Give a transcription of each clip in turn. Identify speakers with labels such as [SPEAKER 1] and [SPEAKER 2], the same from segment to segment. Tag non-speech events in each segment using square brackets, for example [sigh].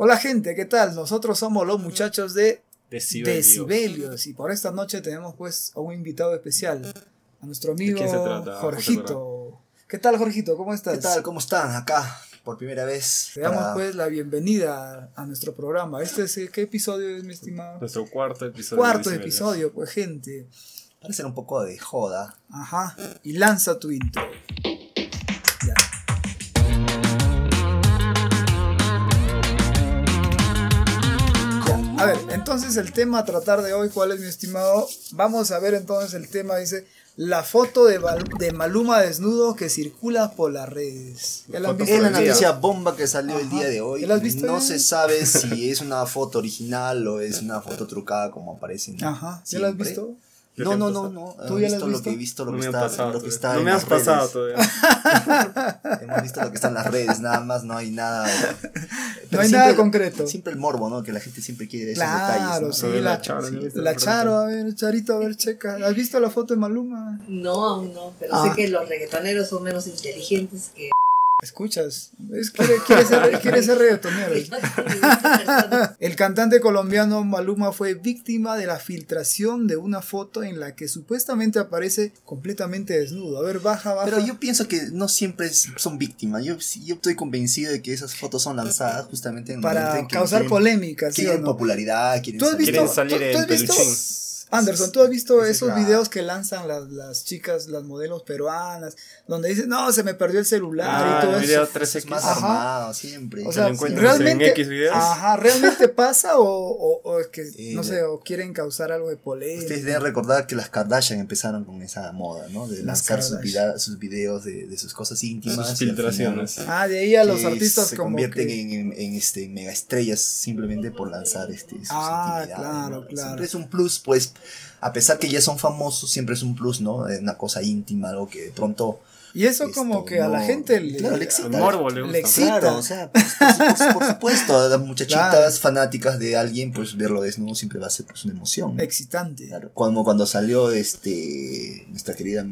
[SPEAKER 1] Hola gente, ¿qué tal? Nosotros somos los muchachos de
[SPEAKER 2] Decibelios.
[SPEAKER 1] Decibelios y por esta noche tenemos pues a un invitado especial, a nuestro amigo
[SPEAKER 2] quién se trata?
[SPEAKER 1] Jorgito. ¿Qué tal Jorgito? ¿Cómo estás?
[SPEAKER 3] ¿Qué tal? ¿Cómo están? Acá, por primera vez.
[SPEAKER 1] Te damos
[SPEAKER 3] para-
[SPEAKER 1] pues la bienvenida a nuestro programa. Este es eh, qué episodio es mi estimado.
[SPEAKER 2] Nuestro cuarto episodio. de
[SPEAKER 1] Cuarto
[SPEAKER 2] Decibelios.
[SPEAKER 1] episodio, pues gente.
[SPEAKER 3] Para hacer un poco de joda.
[SPEAKER 1] Ajá. Y lanza tu intro. Ya. Ya. A ver, entonces el tema a tratar de hoy, ¿cuál es mi estimado? Vamos a ver entonces el tema, dice, la foto de, Val- de Maluma desnudo que circula por las redes. ¿Ya la han
[SPEAKER 2] Foto
[SPEAKER 1] visto?
[SPEAKER 3] Es la
[SPEAKER 2] Prohibida.
[SPEAKER 3] noticia bomba que salió el
[SPEAKER 1] Ajá.
[SPEAKER 3] día de hoy.
[SPEAKER 1] ¿La has visto?
[SPEAKER 3] No se sabe si es una foto original o es una foto trucada como aparece. en-
[SPEAKER 1] Ajá, ¿ya la has
[SPEAKER 3] siempre.
[SPEAKER 1] visto?
[SPEAKER 2] Yo
[SPEAKER 3] No,
[SPEAKER 2] que
[SPEAKER 3] no,
[SPEAKER 2] me
[SPEAKER 3] no,
[SPEAKER 2] pasa-
[SPEAKER 3] no.
[SPEAKER 1] ¿Tú
[SPEAKER 3] Hemos
[SPEAKER 1] ya la has
[SPEAKER 3] visto lo que he
[SPEAKER 1] visto?
[SPEAKER 3] visto,
[SPEAKER 2] No
[SPEAKER 3] lo
[SPEAKER 2] me
[SPEAKER 3] que
[SPEAKER 2] han
[SPEAKER 3] está,
[SPEAKER 2] pasado.
[SPEAKER 3] lo que
[SPEAKER 2] todavía.
[SPEAKER 3] está
[SPEAKER 2] no
[SPEAKER 3] en
[SPEAKER 2] me has
[SPEAKER 3] las redes.
[SPEAKER 2] pasado todavía.
[SPEAKER 1] Ah,
[SPEAKER 3] Hemos visto lo que está en las redes, nada más, no hay nada.
[SPEAKER 1] [laughs] No
[SPEAKER 3] Pero
[SPEAKER 1] hay nada
[SPEAKER 3] siempre-
[SPEAKER 1] concreto.
[SPEAKER 3] Siempre el morbo, ¿no? Que la gente siempre quiere esos
[SPEAKER 1] Claro,
[SPEAKER 3] detalles.
[SPEAKER 1] sí,
[SPEAKER 3] ¿no?
[SPEAKER 2] Sobre
[SPEAKER 1] la,
[SPEAKER 2] la Charo,
[SPEAKER 1] sí,
[SPEAKER 2] ¿no? Está
[SPEAKER 1] la
[SPEAKER 2] enfrente.
[SPEAKER 1] Charo, a ver, Charito, a ver, checa. ¿Has visto la foto de Maluma?
[SPEAKER 4] No, aún no, pero
[SPEAKER 1] Ah.
[SPEAKER 4] sé que los reggaetoneros son menos inteligentes
[SPEAKER 1] [laughs]
[SPEAKER 4] que
[SPEAKER 1] Escuchas, es, quiere, quiere ser, quiere ser reggaetonero. El cantante colombiano Maluma fue víctima de la filtración de una foto en la que supuestamente aparece completamente desnudo. A ver, baja, baja.
[SPEAKER 3] Pero yo pienso que no siempre es- son víctimas. Yo, yo estoy convencido de que esas fotos son lanzadas justamente en el momento
[SPEAKER 1] para
[SPEAKER 3] en que
[SPEAKER 1] causar
[SPEAKER 3] quieren-
[SPEAKER 1] polémica, ¿sí o
[SPEAKER 3] Quieren
[SPEAKER 1] no?
[SPEAKER 3] popularidad, quieren
[SPEAKER 1] ¿Tú has visto,
[SPEAKER 3] salir-
[SPEAKER 2] Quieren salir
[SPEAKER 1] tú-
[SPEAKER 2] en
[SPEAKER 1] tú has visto-
[SPEAKER 2] peluchín.
[SPEAKER 1] Anderson, ¿tú has visto
[SPEAKER 3] Esa es
[SPEAKER 1] esos
[SPEAKER 3] la-
[SPEAKER 1] videos que lanzan las, las chicas, las modelos peruanas, donde dicen, no, se me perdió el celular
[SPEAKER 2] Ah,
[SPEAKER 1] y todo
[SPEAKER 2] el video
[SPEAKER 1] eso?
[SPEAKER 2] 3X.
[SPEAKER 3] más
[SPEAKER 1] Ajá.
[SPEAKER 3] armado siempre.
[SPEAKER 1] O
[SPEAKER 2] Se
[SPEAKER 1] sea,
[SPEAKER 2] lo encuentras
[SPEAKER 1] realmente,
[SPEAKER 2] en X videos.
[SPEAKER 1] ajá,
[SPEAKER 2] [laughs]
[SPEAKER 1] ¿realmente pasa o, o- o es que,
[SPEAKER 3] Sí,
[SPEAKER 1] no
[SPEAKER 3] la-
[SPEAKER 1] sé, o quieren causar algo de polémica?
[SPEAKER 3] Ustedes deben recordar que las Kardashian empezaron con esa moda, ¿no? De
[SPEAKER 1] Las
[SPEAKER 3] lanzar sus,
[SPEAKER 1] Kardashian.
[SPEAKER 3] vida- sus videos de, de sus cosas
[SPEAKER 2] Sus
[SPEAKER 3] íntimas. y al
[SPEAKER 2] filtraciones.
[SPEAKER 3] final,
[SPEAKER 1] Ah, de ahí a los
[SPEAKER 3] que
[SPEAKER 1] artistas
[SPEAKER 3] se
[SPEAKER 1] como
[SPEAKER 3] convierten
[SPEAKER 1] que-
[SPEAKER 3] en, en, en, este, en megaestrellas simplemente por lanzar este, sus
[SPEAKER 1] Ah,
[SPEAKER 3] intimidades,
[SPEAKER 1] claro,
[SPEAKER 3] ¿no?
[SPEAKER 1] claro.
[SPEAKER 3] Siempre es un plus, pues, a pesar que ya son famosos, siempre es un plus, ¿no? Eh, Una cosa íntima, algo que de pronto...
[SPEAKER 1] Y eso
[SPEAKER 3] esto,
[SPEAKER 1] como que a la
[SPEAKER 3] no-
[SPEAKER 1] gente le...
[SPEAKER 3] Claro, le
[SPEAKER 2] Al
[SPEAKER 3] excita.
[SPEAKER 2] morbo le
[SPEAKER 1] Le
[SPEAKER 2] gusta.
[SPEAKER 1] excita.
[SPEAKER 3] Claro, o sea, pues, por, supuesto, por supuesto, a las muchachitas
[SPEAKER 1] Claro.
[SPEAKER 3] fanáticas de alguien, pues verlo desnudo siempre va a ser pues, una emoción. ¿no?
[SPEAKER 1] excitante.
[SPEAKER 3] Claro, Como cuando salió este nuestra querida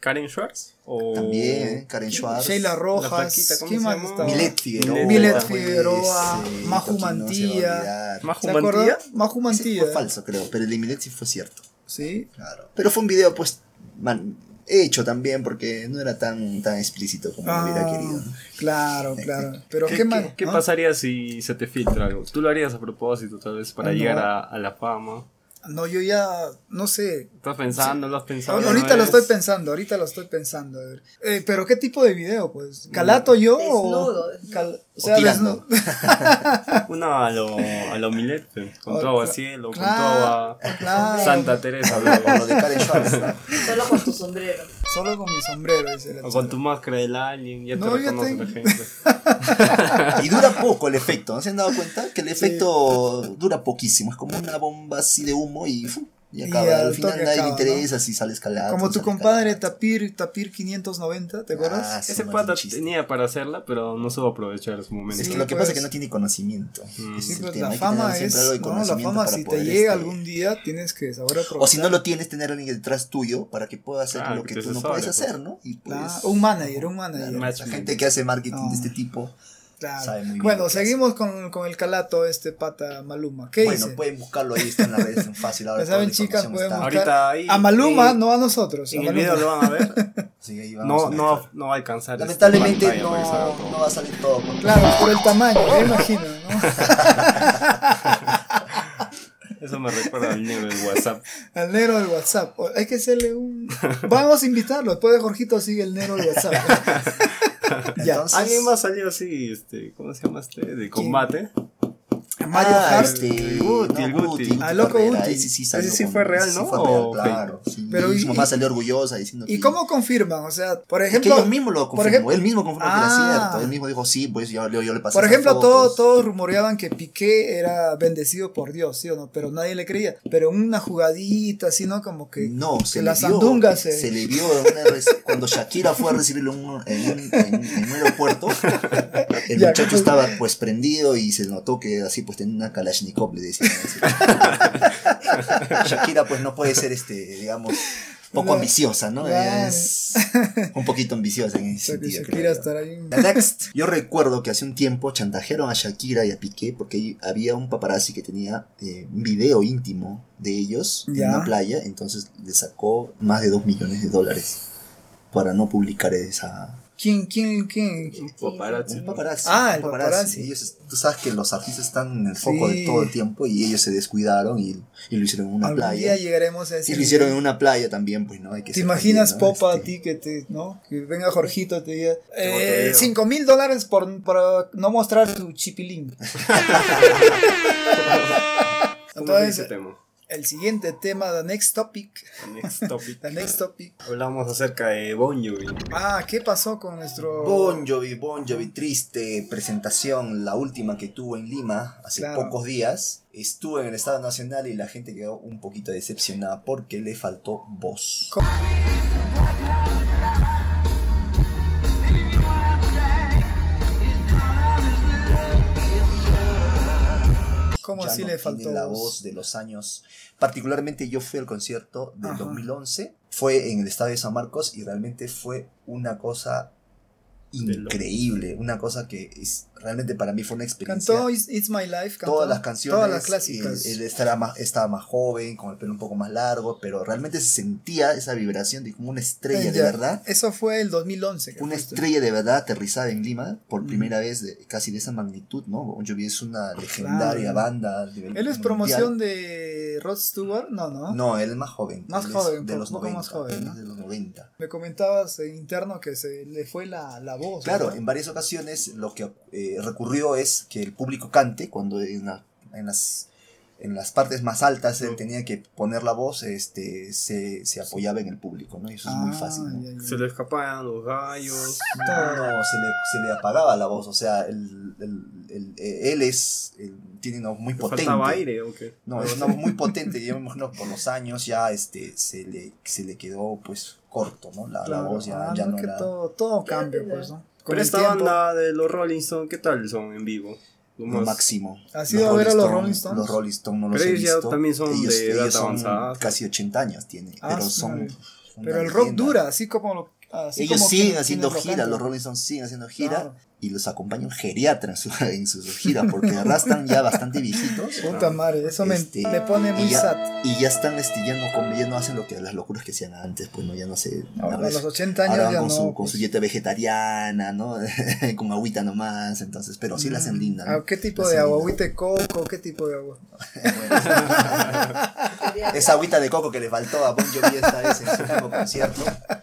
[SPEAKER 2] Karen Schwartz. O...
[SPEAKER 3] también Karen Schwartz.
[SPEAKER 1] Sheila Rojas,
[SPEAKER 2] flaquita, ¿cómo
[SPEAKER 1] ¿quién
[SPEAKER 2] se
[SPEAKER 1] más
[SPEAKER 2] llama?
[SPEAKER 1] estaba?
[SPEAKER 3] Oh, Milet Figueroa.
[SPEAKER 2] Milet
[SPEAKER 3] pues,
[SPEAKER 1] Figueroa,
[SPEAKER 3] eh,
[SPEAKER 1] Maju
[SPEAKER 3] Toquín, no se
[SPEAKER 1] Mantilla.
[SPEAKER 3] va a olvidar.
[SPEAKER 2] Más
[SPEAKER 1] ¿Se acuerdan?
[SPEAKER 2] jumantilla.
[SPEAKER 1] Maju
[SPEAKER 3] Ese
[SPEAKER 1] Mantilla.
[SPEAKER 3] fue falso, creo, pero el de Milet sí fue cierto.
[SPEAKER 1] Sí.
[SPEAKER 3] Claro. Pero fue un video, pues, man- hecho también, porque no era tan, tan explícito como
[SPEAKER 1] Ah,
[SPEAKER 3] hubiera querido. ¿no?
[SPEAKER 1] Claro, claro. Pero qué, Ah.
[SPEAKER 2] ¿Qué,
[SPEAKER 1] mal.
[SPEAKER 2] qué- qué
[SPEAKER 1] ¿no?
[SPEAKER 2] pasaría si se te filtra algo? ¿Tú lo harías a propósito, tal vez, para
[SPEAKER 1] Ah, no.
[SPEAKER 2] llegar a, a la fama?
[SPEAKER 1] No, yo ya, no sé.
[SPEAKER 2] ¿Estás pensando? ¿Lo has pensado?
[SPEAKER 1] Ahor- ahorita lo
[SPEAKER 2] es?
[SPEAKER 1] estoy pensando, ahorita lo estoy pensando. a ver. Eh, pero qué tipo de video, pues. ¿Calato yo o.?
[SPEAKER 4] Desnudo, desnudo.
[SPEAKER 1] cal- o
[SPEAKER 3] O
[SPEAKER 1] sea,
[SPEAKER 3] tirando.
[SPEAKER 1] desnudo. [laughs]
[SPEAKER 2] Uno a lo, a lo Milet, pe, con
[SPEAKER 1] O-
[SPEAKER 2] todo a cielo, con
[SPEAKER 1] Claro,
[SPEAKER 2] todo a
[SPEAKER 1] claro.
[SPEAKER 2] Santa Teresa,
[SPEAKER 3] Como
[SPEAKER 2] bro.
[SPEAKER 3] lo de Karen Schwartz. ¿no?
[SPEAKER 4] Solo con tu sombrero.
[SPEAKER 1] Solo con mi sombrero. dice la
[SPEAKER 2] o
[SPEAKER 1] chica.
[SPEAKER 2] con tu máscara del alien, ya
[SPEAKER 1] No,
[SPEAKER 2] te
[SPEAKER 1] yo
[SPEAKER 2] reconoce
[SPEAKER 1] tengo-
[SPEAKER 2] la
[SPEAKER 3] [laughs]
[SPEAKER 2] gente.
[SPEAKER 3] Y dura poco el efecto, ¿no se han dado cuenta? Que el efecto dura poquísimo, es como una bomba así de humo y, fu, y
[SPEAKER 1] Y
[SPEAKER 3] acaba.
[SPEAKER 1] al
[SPEAKER 3] al,
[SPEAKER 1] toque
[SPEAKER 3] final nadie
[SPEAKER 1] acaba,
[SPEAKER 3] le interesa si sale Ah, escalada.
[SPEAKER 1] Como tu compadre Tapir, Tapir 590, ¿te acuerdas?
[SPEAKER 2] Ese pata tenía para hacerla, pero no supo aprovechar su momento.
[SPEAKER 3] Es que
[SPEAKER 1] Sí,
[SPEAKER 3] lo que
[SPEAKER 1] pues.
[SPEAKER 3] pasa es que no tiene conocimiento.
[SPEAKER 2] Mm.
[SPEAKER 3] Ese
[SPEAKER 1] Sí,
[SPEAKER 3] es el
[SPEAKER 1] pues
[SPEAKER 3] tema,
[SPEAKER 1] la
[SPEAKER 3] hay que tener
[SPEAKER 1] fama
[SPEAKER 3] siempre
[SPEAKER 1] es,
[SPEAKER 3] algo de
[SPEAKER 1] no, la
[SPEAKER 3] conocimiento
[SPEAKER 1] fama
[SPEAKER 3] para
[SPEAKER 1] si te
[SPEAKER 3] poder,
[SPEAKER 1] llega
[SPEAKER 3] este,
[SPEAKER 1] algún día tienes que saber
[SPEAKER 3] O si
[SPEAKER 1] aprovechar.
[SPEAKER 3] no lo tienes, tener a alguien detrás tuyo para que pueda hacer
[SPEAKER 2] Claro,
[SPEAKER 3] lo
[SPEAKER 2] que te
[SPEAKER 3] que tú no
[SPEAKER 2] asesore,
[SPEAKER 3] puedes
[SPEAKER 2] pues.
[SPEAKER 3] hacer, ¿no? Y
[SPEAKER 1] Claro,
[SPEAKER 3] pues,
[SPEAKER 1] un manager, un
[SPEAKER 3] claro,
[SPEAKER 1] manager.
[SPEAKER 2] Match
[SPEAKER 3] la
[SPEAKER 2] made.
[SPEAKER 3] gente que hace marketing
[SPEAKER 1] No.
[SPEAKER 3] de este tipo
[SPEAKER 1] claro.
[SPEAKER 3] sabe muy bien
[SPEAKER 1] Bueno,
[SPEAKER 3] lo que hace.
[SPEAKER 1] seguimos con, con el calato este pata Maluma. ¿Qué
[SPEAKER 3] bueno, pues,
[SPEAKER 1] dice?
[SPEAKER 3] pueden buscarlo ahí, está en las redes, es fácil. Ahora
[SPEAKER 1] Ya
[SPEAKER 3] toda la
[SPEAKER 1] saben, chicas,
[SPEAKER 3] información
[SPEAKER 1] podemos
[SPEAKER 3] está.
[SPEAKER 1] buscar
[SPEAKER 2] Ahorita ahí-
[SPEAKER 1] a Maluma,
[SPEAKER 2] ahí-
[SPEAKER 1] no a nosotros. a
[SPEAKER 2] En el
[SPEAKER 1] Maluma.
[SPEAKER 2] video lo van a ver.
[SPEAKER 3] [laughs] Sí, ahí vamos
[SPEAKER 2] No,
[SPEAKER 3] a
[SPEAKER 2] no,
[SPEAKER 3] mezclar.
[SPEAKER 2] no va a alcanzar. este esta
[SPEAKER 3] Lamentablemente
[SPEAKER 2] pantalla para que salga
[SPEAKER 3] no,
[SPEAKER 2] todo.
[SPEAKER 3] no va a salir todo. porque-
[SPEAKER 1] Claro, por el tamaño, me imagino, ¿no? [laughs]
[SPEAKER 2] Eso me recuerda al negro del
[SPEAKER 3] [laughs]
[SPEAKER 2] WhatsApp.
[SPEAKER 1] Al negro del WhatsApp. O- Hay que hacerle un. Vamos a invitarlo. Después de Jorgito sigue el negro del
[SPEAKER 3] [laughs]
[SPEAKER 1] WhatsApp. ya.
[SPEAKER 3] Entonces-
[SPEAKER 2] Alguien más salió así, este, ¿cómo se llama este? De combate.
[SPEAKER 1] Mario
[SPEAKER 3] ah,
[SPEAKER 1] Hart.
[SPEAKER 3] Este,
[SPEAKER 2] El Guti, el
[SPEAKER 3] no,
[SPEAKER 2] Guti.
[SPEAKER 1] Ah, loco
[SPEAKER 3] Carrera,
[SPEAKER 1] Guti.
[SPEAKER 3] Ese sí, salió
[SPEAKER 2] Ese sí
[SPEAKER 3] con-
[SPEAKER 2] fue real,
[SPEAKER 3] ese
[SPEAKER 2] ¿no?
[SPEAKER 3] sí fue real,
[SPEAKER 2] ¿O
[SPEAKER 3] claro. sí.
[SPEAKER 1] Pero
[SPEAKER 3] y
[SPEAKER 1] y-
[SPEAKER 3] su mamá salió orgullosa diciendo
[SPEAKER 1] ¿Y
[SPEAKER 3] que-
[SPEAKER 1] cómo confirman? O sea, por
[SPEAKER 3] Es que
[SPEAKER 1] ejemplo.
[SPEAKER 3] ellos mismos lo
[SPEAKER 1] por ejemplo-
[SPEAKER 3] confirmó, él mismo confirmó que
[SPEAKER 1] Ah.
[SPEAKER 3] era cierto. Él mismo dijo, sí, pues yo, yo, yo le pasé. pues".
[SPEAKER 1] Por
[SPEAKER 3] esas
[SPEAKER 1] ejemplo, todo-
[SPEAKER 3] fotos".
[SPEAKER 1] todos rumoreaban que Piqué era bendecido por Dios, ¿sí o no? Pero nadie le creía. Pero una jugadita, así, ¿no? Como que.
[SPEAKER 3] No, se
[SPEAKER 1] que
[SPEAKER 3] le
[SPEAKER 1] las
[SPEAKER 3] vio,
[SPEAKER 1] sandungas se-
[SPEAKER 3] le vio en una rec- cuando Shakira fue a recibirlo en un, en un- en un- en
[SPEAKER 1] [laughs]
[SPEAKER 3] un aeropuerto. El
[SPEAKER 1] Ya,
[SPEAKER 3] muchacho
[SPEAKER 1] pues.
[SPEAKER 3] estaba pues prendido y se notó que así pues tenía
[SPEAKER 1] [laughs]
[SPEAKER 3] una Kalashnikov, le decían. así. Shakira pues no puede ser este, digamos, poco
[SPEAKER 1] Claro.
[SPEAKER 3] ambiciosa, ¿no? Ella es un poquito ambiciosa en ese
[SPEAKER 1] sea, que
[SPEAKER 3] sentido.
[SPEAKER 1] Shakira
[SPEAKER 3] claro.
[SPEAKER 1] estará bien.
[SPEAKER 3] La Next. Yo recuerdo que hace un tiempo chantajearon a Shakira y a Piqué porque ahí había un paparazzi que tenía eh, un video íntimo de ellos
[SPEAKER 1] Ya.
[SPEAKER 3] en una playa, entonces le sacó más de 2 millones de dólares para no publicar esa...
[SPEAKER 1] ¿Quién, quién, quién?
[SPEAKER 2] paparazzi.
[SPEAKER 3] Un paparazzi.
[SPEAKER 1] Ah,
[SPEAKER 3] un
[SPEAKER 1] el paparazzi.
[SPEAKER 3] Ellos, es- tú sabes que los artistas están en el foco
[SPEAKER 1] Sí.
[SPEAKER 3] de todo el tiempo y ellos se descuidaron y, y lo hicieron en una
[SPEAKER 1] Algún
[SPEAKER 3] playa.
[SPEAKER 1] día llegaremos a ese.
[SPEAKER 3] Y lo hicieron en
[SPEAKER 1] nivel.
[SPEAKER 3] una playa también, pues no hay que
[SPEAKER 1] ¿Te
[SPEAKER 3] ser
[SPEAKER 1] imaginas
[SPEAKER 3] también, ¿no?
[SPEAKER 1] Popa a
[SPEAKER 3] Este,
[SPEAKER 1] ti que te, ¿no? Que venga Jorgito y te diga,
[SPEAKER 2] Tengo otro
[SPEAKER 1] eh,
[SPEAKER 2] video".
[SPEAKER 1] 5 mil dólares por, por no mostrar tu
[SPEAKER 3] [laughs]
[SPEAKER 1] chipilín.
[SPEAKER 2] ¿Cómo se dice este
[SPEAKER 1] Entonces,
[SPEAKER 2] tema?
[SPEAKER 1] el siguiente tema, the next topic,
[SPEAKER 3] eh, [laughs]
[SPEAKER 2] Next topic.
[SPEAKER 1] the next topic.
[SPEAKER 2] Hablamos acerca de Bon Jovi.
[SPEAKER 1] Ah, ¿qué pasó con nuestro...
[SPEAKER 3] Bon Jovi, Bon Jovi, triste presentación, la última que tuvo en Lima hace
[SPEAKER 1] Claro.
[SPEAKER 3] pocos días. Estuvo en el Estado Nacional y la gente quedó un poquito decepcionada porque le faltó voz.
[SPEAKER 1] ¿Cómo? ¿Cómo
[SPEAKER 3] Ya
[SPEAKER 1] así
[SPEAKER 3] no
[SPEAKER 1] le
[SPEAKER 3] tiene
[SPEAKER 1] faltó
[SPEAKER 3] la
[SPEAKER 1] voz?
[SPEAKER 3] voz de los años. Particularmente yo fui al concierto del
[SPEAKER 1] Ajá.
[SPEAKER 3] 2011, fue en el Estadio de San Marcos y realmente fue una cosa
[SPEAKER 2] locos.
[SPEAKER 3] increíble, una cosa que es, realmente para mí fue una experiencia.
[SPEAKER 1] Cantó It's, It's My Life, cantó
[SPEAKER 3] todas las canciones.
[SPEAKER 1] todas las clásicas.
[SPEAKER 3] Él, él estaba, más, estaba más joven, con el pelo un poco más largo, pero realmente se sentía esa vibración de como una estrella de
[SPEAKER 1] Eh, Ya,
[SPEAKER 3] verdad.
[SPEAKER 1] Eso fue el 2011. que
[SPEAKER 3] Una
[SPEAKER 1] fuiste.
[SPEAKER 3] estrella de verdad aterrizada en Lima por
[SPEAKER 1] Mm.
[SPEAKER 3] primera vez, de, casi de esa magnitud, ¿no? Bon Jovi es una legendaria
[SPEAKER 1] Claro.
[SPEAKER 3] banda. a nivel
[SPEAKER 1] Él es
[SPEAKER 3] mundial.
[SPEAKER 1] promoción de Rod Stewart, no, no.
[SPEAKER 3] No, él es más joven.
[SPEAKER 1] Más
[SPEAKER 3] él es
[SPEAKER 1] joven,
[SPEAKER 3] de
[SPEAKER 1] un
[SPEAKER 3] los
[SPEAKER 1] poco
[SPEAKER 3] 90.
[SPEAKER 1] más joven,
[SPEAKER 3] él
[SPEAKER 1] ¿no?
[SPEAKER 3] es de los 90.
[SPEAKER 1] Me comentabas en interno que se le fue la, la voz.
[SPEAKER 3] Claro,
[SPEAKER 1] ¿no?
[SPEAKER 3] en varias ocasiones lo que eh, recurrió es que el público cante cuando en, la- en las en las partes más altas él
[SPEAKER 2] Ujú.
[SPEAKER 3] tenía que poner la voz, este se, se apoyaba en el público, ¿no? Y eso es muy
[SPEAKER 1] Ah,
[SPEAKER 3] fácil. ¿no?
[SPEAKER 1] ya, ya.
[SPEAKER 2] Se le escapaban los gallos.
[SPEAKER 3] No, se le, se le apagaba la voz, o sea, el- el- el- eh, él es, él tiene una voz muy
[SPEAKER 2] Le
[SPEAKER 3] potente.
[SPEAKER 2] faltaba aire, aunque.
[SPEAKER 3] No, es una voz muy potente, yo me imagino que por los años ya este se le, se le quedó pues corto, ¿no? La, la
[SPEAKER 1] Claro.
[SPEAKER 3] voz ya,
[SPEAKER 1] Ah,
[SPEAKER 3] ya
[SPEAKER 1] no,
[SPEAKER 3] no
[SPEAKER 1] que
[SPEAKER 3] era...
[SPEAKER 1] todo, todo cambia, pues, ¿no? Con
[SPEAKER 2] Pero
[SPEAKER 1] el
[SPEAKER 2] esta
[SPEAKER 1] tiempo.
[SPEAKER 2] banda de los Rolling Stones, ¿qué tal son en vivo? Lo
[SPEAKER 3] lo
[SPEAKER 2] más-
[SPEAKER 3] máximo.
[SPEAKER 1] ¿Has ido a ver a los Rolling Stones?
[SPEAKER 3] Los Rolling Stones no los
[SPEAKER 2] Pero
[SPEAKER 3] he
[SPEAKER 2] ellos ya
[SPEAKER 3] visto.
[SPEAKER 2] también son
[SPEAKER 3] ellos,
[SPEAKER 2] de
[SPEAKER 3] ellos
[SPEAKER 2] edad
[SPEAKER 3] son
[SPEAKER 2] avanzada.
[SPEAKER 3] Casi 80 años tienen,
[SPEAKER 1] Ah,
[SPEAKER 3] pero
[SPEAKER 1] sí,
[SPEAKER 3] son...
[SPEAKER 1] madre.
[SPEAKER 3] una
[SPEAKER 1] Pero el rock
[SPEAKER 3] leyenda.
[SPEAKER 1] dura, así como... lo- Así
[SPEAKER 3] Ellos
[SPEAKER 1] como
[SPEAKER 3] siguen
[SPEAKER 1] quienes-
[SPEAKER 3] haciendo
[SPEAKER 1] quienes lo
[SPEAKER 3] giras,
[SPEAKER 1] cantan.
[SPEAKER 3] los Rolling Stones siguen haciendo giras
[SPEAKER 1] Claro.
[SPEAKER 3] y los acompaña un geriatra en, su- [laughs] en sus giras porque
[SPEAKER 1] [laughs]
[SPEAKER 3] de verdad están ya bastante viejitos
[SPEAKER 1] Puta madre, eso me-
[SPEAKER 3] Este,
[SPEAKER 1] me, pone muy
[SPEAKER 3] y ya-
[SPEAKER 1] sad.
[SPEAKER 3] y ya están, este, ya no, comen, ya no hacen lo que las locuras que hacían antes, pues no, ya no sé.
[SPEAKER 1] Ahora,
[SPEAKER 3] ahora
[SPEAKER 1] a
[SPEAKER 3] es-
[SPEAKER 1] los 80 años
[SPEAKER 3] Ahora van
[SPEAKER 1] ya
[SPEAKER 3] con,
[SPEAKER 1] no.
[SPEAKER 3] su, con
[SPEAKER 1] pues.
[SPEAKER 3] su dieta vegetariana, ¿no? [laughs] con agüita nomás, entonces, pero sí la hacen
[SPEAKER 1] Mm.
[SPEAKER 3] linda.
[SPEAKER 1] Ah,
[SPEAKER 3] ¿no?
[SPEAKER 1] ¿Qué tipo
[SPEAKER 3] La
[SPEAKER 1] de
[SPEAKER 3] hacen
[SPEAKER 1] agua?
[SPEAKER 3] [laughs]
[SPEAKER 1] ¿Agüita
[SPEAKER 3] linda.
[SPEAKER 1] de coco? ¿Qué tipo de agua?
[SPEAKER 3] Esa agüita de coco que le faltó a Bon Jovi esta vez en su último concierto.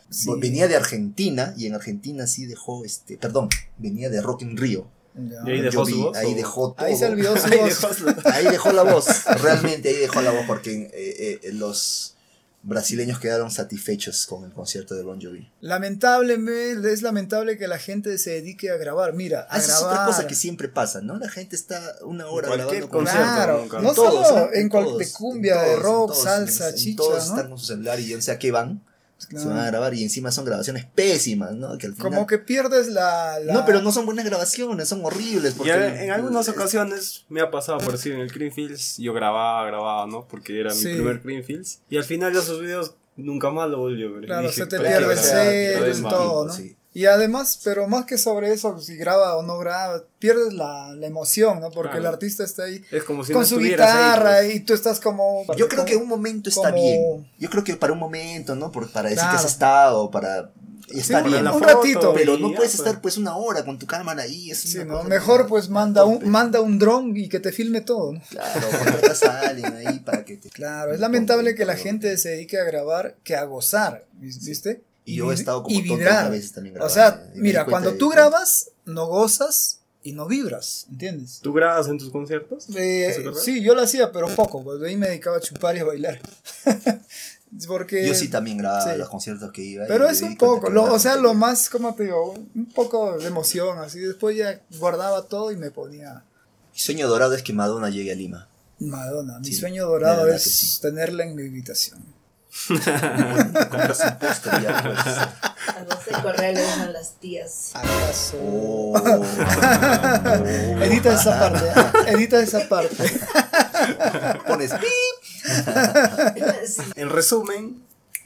[SPEAKER 1] Sí.
[SPEAKER 3] Venía de Argentina y en Argentina sí dejó este, perdón, venía de Rock in Rio.
[SPEAKER 1] Ya.
[SPEAKER 2] Y ahí
[SPEAKER 3] Bon
[SPEAKER 2] dejó su
[SPEAKER 3] Jovi,
[SPEAKER 2] voz,
[SPEAKER 3] ahí
[SPEAKER 2] ¿o?
[SPEAKER 3] dejó todo.
[SPEAKER 1] Ahí se
[SPEAKER 2] [laughs]
[SPEAKER 1] olvidó su
[SPEAKER 2] Ahí
[SPEAKER 1] voz.
[SPEAKER 2] dejó su-
[SPEAKER 3] Ahí dejó
[SPEAKER 1] [laughs]
[SPEAKER 3] la voz, realmente ahí dejó la voz porque eh, eh, los brasileños quedaron satisfechos con el concierto de Bon Jovi.
[SPEAKER 1] Lamentablemente, es lamentable que la gente se dedique a grabar. Mira, a
[SPEAKER 3] Ah, esa es
[SPEAKER 1] grabar.
[SPEAKER 3] otra cosa que siempre pasa, ¿no? La gente está una hora
[SPEAKER 2] Cualquier
[SPEAKER 3] grabando
[SPEAKER 2] concierto,
[SPEAKER 1] Claro,
[SPEAKER 2] nunca.
[SPEAKER 1] no
[SPEAKER 3] En todos,
[SPEAKER 1] solo
[SPEAKER 3] ¿eh?
[SPEAKER 1] en cual,
[SPEAKER 3] todos,
[SPEAKER 1] de
[SPEAKER 3] en
[SPEAKER 1] cumbia, de
[SPEAKER 3] todos, en
[SPEAKER 1] rock,
[SPEAKER 3] todos,
[SPEAKER 1] salsa,
[SPEAKER 3] en
[SPEAKER 1] chicha,
[SPEAKER 3] Todos
[SPEAKER 1] ¿no?
[SPEAKER 3] están con su celular y o sea que van.
[SPEAKER 1] Claro.
[SPEAKER 3] se van a grabar y encima son grabaciones pésimas, ¿no? Que al final...
[SPEAKER 1] Como que pierdes la, la-
[SPEAKER 3] No, pero no son buenas grabaciones, son horribles.
[SPEAKER 2] Y
[SPEAKER 3] Porque
[SPEAKER 2] en, en algunas
[SPEAKER 3] es-
[SPEAKER 2] ocasiones me ha pasado por decir en el Greenfields, yo grababa, grababa, ¿no? Porque era
[SPEAKER 1] Sí.
[SPEAKER 2] mi primer Greenfields. Y al final de esos videos nunca más lo volví a ver.
[SPEAKER 1] Claro,
[SPEAKER 2] Dije,
[SPEAKER 1] se te
[SPEAKER 2] "¿Para
[SPEAKER 3] es
[SPEAKER 2] qué
[SPEAKER 1] pierde el
[SPEAKER 3] o
[SPEAKER 2] grabar?
[SPEAKER 3] sea,
[SPEAKER 1] cel,
[SPEAKER 2] Otra vez más".
[SPEAKER 1] todo, ¿no?
[SPEAKER 3] sí.
[SPEAKER 1] Y además, pero más que sobre eso, si graba o no graba, pierdes la, la emoción, ¿no? Porque
[SPEAKER 2] Claro.
[SPEAKER 1] el artista está ahí
[SPEAKER 2] Es como si
[SPEAKER 1] con
[SPEAKER 2] no
[SPEAKER 1] su
[SPEAKER 2] estuvieras ahí,
[SPEAKER 1] guitarra
[SPEAKER 2] pues.
[SPEAKER 1] y tú estás como...
[SPEAKER 3] Yo creo que un momento está
[SPEAKER 1] como-
[SPEAKER 3] bien. Yo creo que para un momento, ¿no? Por- para decir
[SPEAKER 1] Claro.
[SPEAKER 3] que has estado, para... Está
[SPEAKER 1] un-
[SPEAKER 3] bien,
[SPEAKER 1] un
[SPEAKER 2] foto,
[SPEAKER 1] ratito.
[SPEAKER 3] pero no
[SPEAKER 2] ya,
[SPEAKER 3] puedes
[SPEAKER 2] pues.
[SPEAKER 3] estar pues una hora con tu cámara ahí. Es
[SPEAKER 1] Sí,
[SPEAKER 3] una
[SPEAKER 1] ¿no?
[SPEAKER 3] cosa
[SPEAKER 1] Mejor
[SPEAKER 3] que-
[SPEAKER 1] pues manda
[SPEAKER 3] tope.
[SPEAKER 1] un, manda un dron y que te filme todo, ¿no?
[SPEAKER 3] Claro, contratas a alguien ahí para que
[SPEAKER 1] [laughs]
[SPEAKER 3] te...
[SPEAKER 1] Claro, es lamentable que la
[SPEAKER 3] Tope.
[SPEAKER 1] gente se dedique a grabar que a gozar, ¿viste?
[SPEAKER 3] Y yo he estado como
[SPEAKER 1] y
[SPEAKER 3] tonto
[SPEAKER 1] vibrar.
[SPEAKER 3] a veces también
[SPEAKER 1] O
[SPEAKER 3] grabando. eh,
[SPEAKER 1] sea,
[SPEAKER 3] y me
[SPEAKER 1] mira,
[SPEAKER 3] di cuenta
[SPEAKER 1] cuando
[SPEAKER 3] de-
[SPEAKER 1] tú grabas, no gozas y no vibras, ¿entiendes?
[SPEAKER 2] ¿Tú grabas en tus conciertos?
[SPEAKER 1] Eh,
[SPEAKER 2] ¿Eso es verdad?
[SPEAKER 1] sí, yo lo hacía, pero poco, pues de ahí me dedicaba a chupar y a bailar. [laughs] Porque...
[SPEAKER 3] Yo sí también grababa
[SPEAKER 1] sí.
[SPEAKER 3] los conciertos que iba. y
[SPEAKER 1] pero
[SPEAKER 3] me
[SPEAKER 1] es
[SPEAKER 3] di
[SPEAKER 1] un
[SPEAKER 3] cuenta
[SPEAKER 1] poco,
[SPEAKER 3] que
[SPEAKER 1] lo-
[SPEAKER 3] era
[SPEAKER 1] o sea,
[SPEAKER 3] tontería.
[SPEAKER 1] lo más, como te digo, un poco de emoción, así. Después ya guardaba todo y me ponía
[SPEAKER 3] Mi sueño dorado es que Madonna llegue a Lima.
[SPEAKER 1] Madonna. Mi
[SPEAKER 3] Sí,
[SPEAKER 1] sueño
[SPEAKER 3] la
[SPEAKER 1] dorado
[SPEAKER 3] verdad
[SPEAKER 1] es
[SPEAKER 3] que sí.
[SPEAKER 1] tenerla en mi habitación.
[SPEAKER 3] compras un póster ya, pues.
[SPEAKER 4] A los de correa le dejan las tías. [laughs]
[SPEAKER 1] ¿Acaso? [laughs]
[SPEAKER 3] Oh.
[SPEAKER 1] Edita esa parte, [laughs] ¿eh? edita esa parte.
[SPEAKER 3] Pones pi.
[SPEAKER 4] Sí.
[SPEAKER 2] En resumen,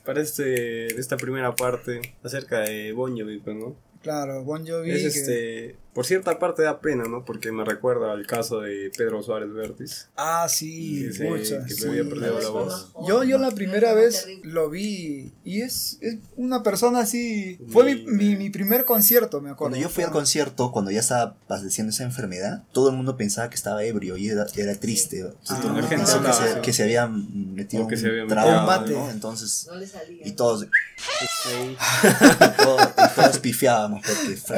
[SPEAKER 2] para este, esta primera parte acerca de Bon Jovi, pues, ¿no?
[SPEAKER 1] Claro, Bon Jovi.
[SPEAKER 2] Es
[SPEAKER 1] que-
[SPEAKER 2] este, por cierta parte da pena, ¿no? Porque me recuerda al caso de Pedro Suárez Vértiz.
[SPEAKER 1] Ah, sí,
[SPEAKER 2] Ese
[SPEAKER 1] pucha,
[SPEAKER 2] que
[SPEAKER 1] sí.
[SPEAKER 2] todavía perdió la voz.
[SPEAKER 1] Yo, yo la primera vez
[SPEAKER 4] Terrible.
[SPEAKER 1] lo vi y es, es una persona así. Fue mi, mi, mi primer concierto, me acuerdo.
[SPEAKER 3] Cuando yo fui al concierto, cuando ya estaba padeciendo esa enfermedad, todo el mundo pensaba que estaba ebrio y era, era triste. O sea,
[SPEAKER 1] Ah,
[SPEAKER 3] todo el mundo
[SPEAKER 1] la gente
[SPEAKER 3] pensó que
[SPEAKER 1] hablaba,
[SPEAKER 3] se,
[SPEAKER 2] sí.
[SPEAKER 3] que se había metido
[SPEAKER 2] O que
[SPEAKER 3] un
[SPEAKER 2] se había metido
[SPEAKER 3] trago,
[SPEAKER 1] un mate.
[SPEAKER 3] ¿no? Entonces,
[SPEAKER 4] No le salía.
[SPEAKER 3] y todos,
[SPEAKER 2] Ahí.
[SPEAKER 3] y todos, y todos pifiábamos. Porque,